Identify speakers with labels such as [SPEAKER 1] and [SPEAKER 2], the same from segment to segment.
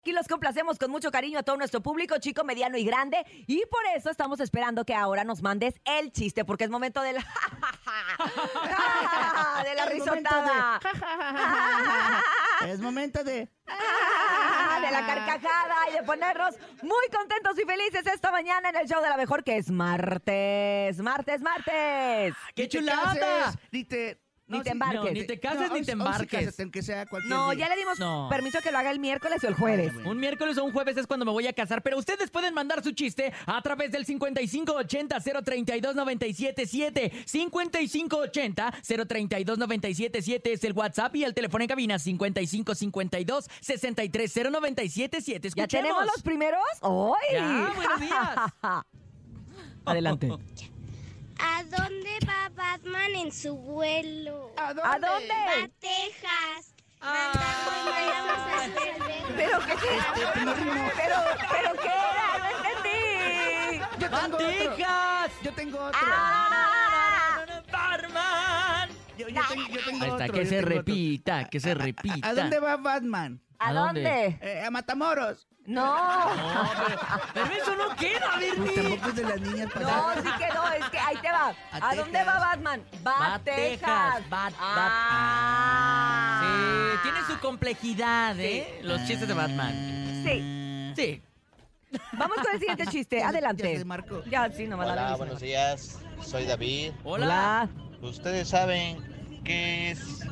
[SPEAKER 1] Aquí los complacemos con mucho cariño a todo nuestro público, chico, mediano y grande. Y por eso estamos esperando que ahora nos mandes el chiste, porque es momento del... ¡Ah! de la
[SPEAKER 2] Es momento
[SPEAKER 1] risotada.
[SPEAKER 2] Es momento de.
[SPEAKER 1] ¡Ah! de la carcajada y de ponernos muy contentos y felices esta mañana en el show de la mejor que es martes, martes, martes.
[SPEAKER 3] Ah, ¡Qué
[SPEAKER 2] Ni te
[SPEAKER 3] chulada!
[SPEAKER 2] cases, Ni te.
[SPEAKER 1] Ni te
[SPEAKER 2] sí,
[SPEAKER 1] embarques.
[SPEAKER 3] ni te cases, ni
[SPEAKER 2] hoy-
[SPEAKER 3] te
[SPEAKER 2] hoy sí
[SPEAKER 3] embarques.
[SPEAKER 2] cásate, aunque sea cualquier
[SPEAKER 1] No,
[SPEAKER 2] día.
[SPEAKER 1] ya le dimos
[SPEAKER 3] No. Ah,
[SPEAKER 1] permiso que lo haga el miércoles o el jueves.
[SPEAKER 3] Un miércoles o un jueves es cuando me voy a casar, pero ustedes pueden mandar su chiste a través del 5580-032-977. 5580-032-977 es el WhatsApp y el teléfono en cabina 5552-630977.
[SPEAKER 1] ¿Ya tenemos los primeros? ¡Hoy!
[SPEAKER 3] Ya, buenos días.
[SPEAKER 1] Adelante.
[SPEAKER 4] ¿A dónde va Batman en su vuelo?
[SPEAKER 2] ¿A dónde?
[SPEAKER 1] ¿A dónde?
[SPEAKER 4] A Texas.
[SPEAKER 1] Ah.
[SPEAKER 4] Mandando malas vibras.
[SPEAKER 1] ¿Pero qué? ¿Pero, pero qué era? ¡No entendí!
[SPEAKER 2] Yo tengo otro.
[SPEAKER 3] ¡Bandijas!
[SPEAKER 2] Yo tengo otro.
[SPEAKER 1] ¡Ah!
[SPEAKER 3] ¡Barman!
[SPEAKER 2] Yo, yo tengo, yo tengo
[SPEAKER 3] Ahí está,
[SPEAKER 2] otro,
[SPEAKER 3] que
[SPEAKER 2] yo
[SPEAKER 3] se
[SPEAKER 2] tengo otro.
[SPEAKER 3] repita, que se
[SPEAKER 2] ¿A
[SPEAKER 3] repita.
[SPEAKER 2] a dónde va Batman?
[SPEAKER 1] ¿A
[SPEAKER 3] ¿A dónde?
[SPEAKER 1] dónde?
[SPEAKER 2] Eh, a Matamoros.
[SPEAKER 1] No.
[SPEAKER 3] No, pero, pero eso no queda,
[SPEAKER 2] Pues
[SPEAKER 3] Bernie.
[SPEAKER 2] tampoco es de las niñas
[SPEAKER 1] No,
[SPEAKER 2] pasadas.
[SPEAKER 1] sí que no, es que ahí te va. ¿A,
[SPEAKER 2] A
[SPEAKER 1] dónde
[SPEAKER 2] Texas.
[SPEAKER 1] va Batman? Va a
[SPEAKER 3] Va
[SPEAKER 1] Texas.
[SPEAKER 3] Texas, va- va-
[SPEAKER 1] Ah.
[SPEAKER 3] Sí, tiene su complejidad, ¿eh? Los chistes de Batman.
[SPEAKER 1] Sí.
[SPEAKER 3] Sí.
[SPEAKER 1] Vamos con el siguiente chiste.
[SPEAKER 2] Ya se-
[SPEAKER 1] Adelante.
[SPEAKER 2] ya se marcó.
[SPEAKER 1] Ya, sí, nomás la
[SPEAKER 5] Hola,
[SPEAKER 1] misma.
[SPEAKER 5] buenos días. Soy David.
[SPEAKER 3] Hola.
[SPEAKER 5] Ustedes saben que es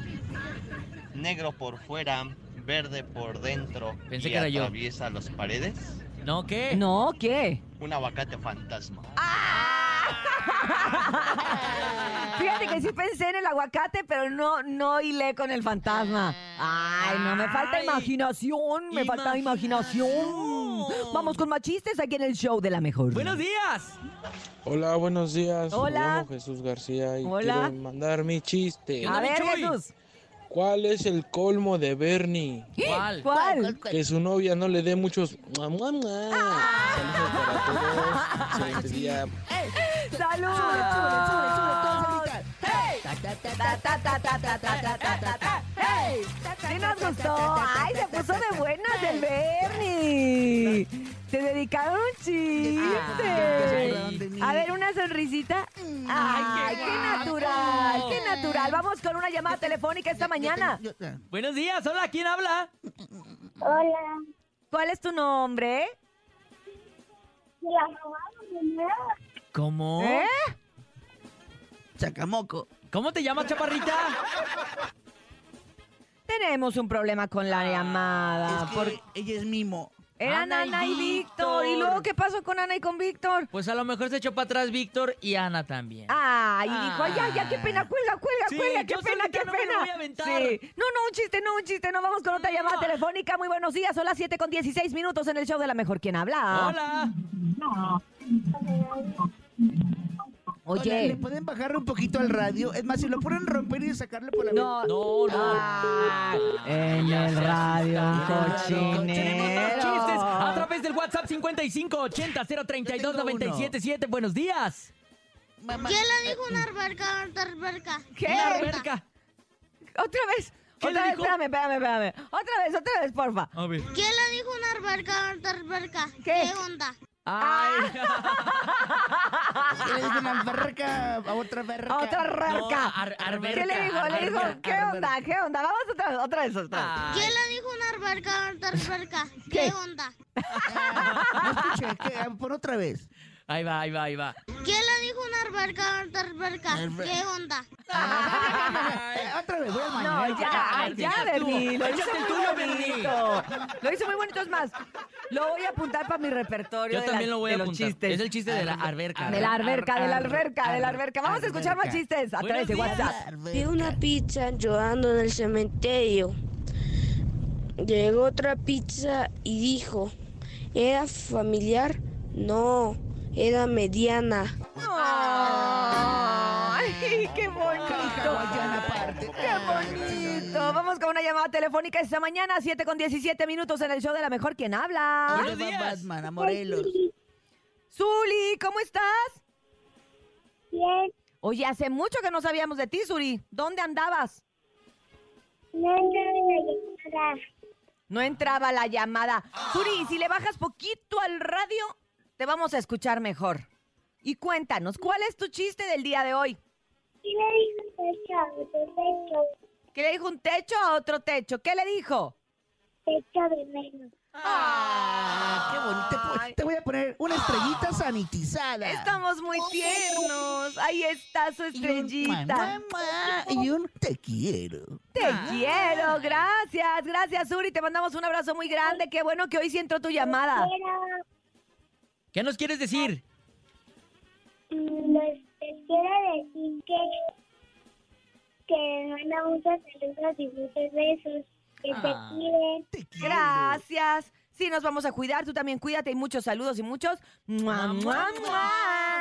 [SPEAKER 5] negro por fuera, verde por dentro
[SPEAKER 3] Pensé
[SPEAKER 5] y
[SPEAKER 3] que era yo.
[SPEAKER 5] atraviesa las paredes.
[SPEAKER 3] ¿No qué?
[SPEAKER 1] No, ¿qué?
[SPEAKER 5] Un aguacate fantasma.
[SPEAKER 1] Fíjate que sí pensé en el aguacate, pero no, no hilé con el fantasma. Ay, no, me falta
[SPEAKER 3] Ay.
[SPEAKER 1] imaginación, me falta imaginación.
[SPEAKER 3] Imaginación.
[SPEAKER 1] Vamos con más chistes aquí en el show de la mejor.
[SPEAKER 3] Buenos días.
[SPEAKER 6] Hola, buenos días.
[SPEAKER 1] Hola.
[SPEAKER 6] Me llamo Jesús García y
[SPEAKER 1] Hola. Ah.
[SPEAKER 6] quiero mandar mi chiste.
[SPEAKER 1] A
[SPEAKER 3] Dame,
[SPEAKER 1] ver,
[SPEAKER 3] Chuy.
[SPEAKER 1] Jesús.
[SPEAKER 6] ¿Cuál es el colmo de Bernie?
[SPEAKER 3] ¿Cuál?
[SPEAKER 1] ¿Cuál?
[SPEAKER 6] Que su novia no le dé muchos mua, mua, mua.
[SPEAKER 1] Ah.
[SPEAKER 6] Saludos para todos. Excelente día.
[SPEAKER 1] ¡Salud!
[SPEAKER 2] Sube, sube, sube, sube, todos a gritar.
[SPEAKER 1] ¡Hey! Ta, ta, ta, ta, ta, ta, ta, ta, ta, ta. ¡Hey! Sí nos gustó. Ay, se puso de buenas el Bernie. Se dedicaron un chiste.
[SPEAKER 2] Ay. de mí.
[SPEAKER 1] A ver, una sonrisita. Ay, qué natural, qué natural. Vamos con una llamada telefónica esta mañana.
[SPEAKER 2] Yo- yo-
[SPEAKER 3] Buenos días. Hola, ¿quién habla?
[SPEAKER 4] Hola.
[SPEAKER 1] ¿Cuál es tu nombre?
[SPEAKER 4] ¿Me la robaron de nuevo?
[SPEAKER 3] ¿Cómo?
[SPEAKER 1] ¿Eh?
[SPEAKER 2] Chacamoco.
[SPEAKER 3] ¿Cómo te llamas, chaparrita?
[SPEAKER 1] Tenemos un problema con la llamada.
[SPEAKER 2] es que
[SPEAKER 1] porque
[SPEAKER 2] ella es mimo.
[SPEAKER 1] Eran
[SPEAKER 3] Ana y
[SPEAKER 1] Ana y Víctor. ¿Y
[SPEAKER 3] Víctor.
[SPEAKER 1] luego qué pasó con Ana y con Víctor?
[SPEAKER 3] Pues a lo mejor se echó para atrás Víctor y Ana también.
[SPEAKER 1] Ah, y dijo, ay, ya, ya, qué pena, cuelga, cuelga,
[SPEAKER 3] Sí,
[SPEAKER 1] cuelga, qué
[SPEAKER 3] yo
[SPEAKER 1] pena,
[SPEAKER 3] solita
[SPEAKER 1] qué
[SPEAKER 3] no me lo
[SPEAKER 1] pena.
[SPEAKER 3] voy a aventar.
[SPEAKER 1] Sí. No, no, un chiste, no, un chiste, no, vamos con otra llamada
[SPEAKER 3] No.
[SPEAKER 1] telefónica. Muy buenos días, son las 7 con 16 minutos en el show de La Mejor Quien Habla.
[SPEAKER 3] Hola.
[SPEAKER 2] Oye, ¿le
[SPEAKER 1] Oye,
[SPEAKER 2] pueden bajar un poquito al radio? Es más, si lo pueden romper y sacarle por la
[SPEAKER 1] no,
[SPEAKER 3] No, no.
[SPEAKER 1] Ah, en el radio un
[SPEAKER 3] Tenemos más
[SPEAKER 1] cochinero. Ah.
[SPEAKER 3] chistes a través del WhatsApp 5580-032-977. Buenos días.
[SPEAKER 2] Mamá.
[SPEAKER 4] Yo le digo una alberca, una alberca.
[SPEAKER 1] ¿Qué?
[SPEAKER 3] Una alberca.
[SPEAKER 1] Otra vez,
[SPEAKER 3] ¿Qué
[SPEAKER 1] otra
[SPEAKER 3] le
[SPEAKER 1] vez,
[SPEAKER 3] dijo?
[SPEAKER 1] espérame, espérame, espérame. Otra vez, otra vez, porfa.
[SPEAKER 3] A ver.
[SPEAKER 4] Yo le digo una alberca, una alberca.
[SPEAKER 1] ¿Qué?
[SPEAKER 4] onda?
[SPEAKER 3] Ay.
[SPEAKER 2] Le digo Ah, una barca a otra barca.
[SPEAKER 1] A otra
[SPEAKER 3] No,
[SPEAKER 1] rarca.
[SPEAKER 3] ar- arberca,
[SPEAKER 1] ¿Qué le dijo? Le dijo,
[SPEAKER 3] arberca,
[SPEAKER 1] ¿qué onda? ¿Qué onda? Vamos otra vez, otra vez, otra vez.
[SPEAKER 3] Ay.
[SPEAKER 4] Yo le digo una alberca, una alberca.
[SPEAKER 1] ¿Qué?
[SPEAKER 4] onda?
[SPEAKER 2] Ah, no escuché, ¿qué? Ah, Por otra vez.
[SPEAKER 3] Ahí va, ahí va, ahí va.
[SPEAKER 4] Yo le digo una alberca, una alberca. ¿Qué onda?
[SPEAKER 2] Eh, otra vez, voy al baño.
[SPEAKER 1] No,
[SPEAKER 2] ¿eh?
[SPEAKER 1] ya,
[SPEAKER 3] Ay,
[SPEAKER 1] ya,
[SPEAKER 3] ya estuvo.
[SPEAKER 1] Bernie. Lo hizo
[SPEAKER 3] Échate el
[SPEAKER 1] muy
[SPEAKER 3] tuyo,
[SPEAKER 1] bonito. Lo hizo muy bonito, es más. Lo voy a apuntar para mi repertorio.
[SPEAKER 3] Yo
[SPEAKER 1] de
[SPEAKER 3] también
[SPEAKER 1] las-
[SPEAKER 3] lo voy
[SPEAKER 1] de
[SPEAKER 3] a
[SPEAKER 1] los
[SPEAKER 3] apuntar.
[SPEAKER 1] chistes. Ah,
[SPEAKER 3] Es el chiste de la alberca.
[SPEAKER 1] De la alberca, de la
[SPEAKER 3] Ar-
[SPEAKER 1] alberca, de la
[SPEAKER 3] ar-
[SPEAKER 1] alberca. Vamos a escuchar más
[SPEAKER 3] alberca.
[SPEAKER 1] chistes a través
[SPEAKER 3] Buenos
[SPEAKER 1] de
[SPEAKER 3] días.
[SPEAKER 1] WhatsApp.
[SPEAKER 7] Vi una pizza yo ando en el cementerio. Llegó otra pizza y dijo, ¿era familiar? No, era mediana.
[SPEAKER 1] ¡Ay, qué bonito!
[SPEAKER 2] Hawaiana aparte.
[SPEAKER 1] ¡Qué bonito! Vamos con una llamada telefónica esta mañana, 7 con 17 minutos en el show de La Mejor Quien Habla.
[SPEAKER 3] Buenos
[SPEAKER 2] Va
[SPEAKER 3] días.
[SPEAKER 2] Batman a Morelos.
[SPEAKER 1] Zuli, ¿cómo estás?
[SPEAKER 4] Bien,
[SPEAKER 1] Oye, hace mucho que no sabíamos de ti, Zuli. ¿Dónde andabas?
[SPEAKER 4] no, no, no, no, no.
[SPEAKER 1] No entraba la llamada. Suri, si le bajas poquito al radio, te vamos a escuchar mejor. Y cuéntanos, ¿cuál es tu chiste del día de hoy? ¿Qué le dijo un techo a otro techo? ¿Qué le dijo?
[SPEAKER 2] Ah, qué bonito. Te po- Te,
[SPEAKER 1] Ay.
[SPEAKER 2] voy a poner
[SPEAKER 1] Ah.
[SPEAKER 2] una estrellita sanitizada.
[SPEAKER 1] Estamos muy tiernos. Ahí está su
[SPEAKER 2] Y un
[SPEAKER 1] estrellita.
[SPEAKER 2] mua, mua, mua, y un te quiero.
[SPEAKER 1] Te quiero, gracias, gracias, Suri. Te mandamos un abrazo muy grande. Qué bueno que hoy sí entró tu
[SPEAKER 7] Ah.
[SPEAKER 1] llamada.
[SPEAKER 3] ¿Qué nos quieres decir?
[SPEAKER 7] mm, Les, les quiero decir que, que manda muchos saludos y muchos besos. Que
[SPEAKER 3] Ah.
[SPEAKER 7] te quieren.
[SPEAKER 2] Te quiero.
[SPEAKER 1] Gracias. Sí, nos vamos a cuidar. Tú también cuídate y muchos saludos y muchos. ¡Mua, mua, mua!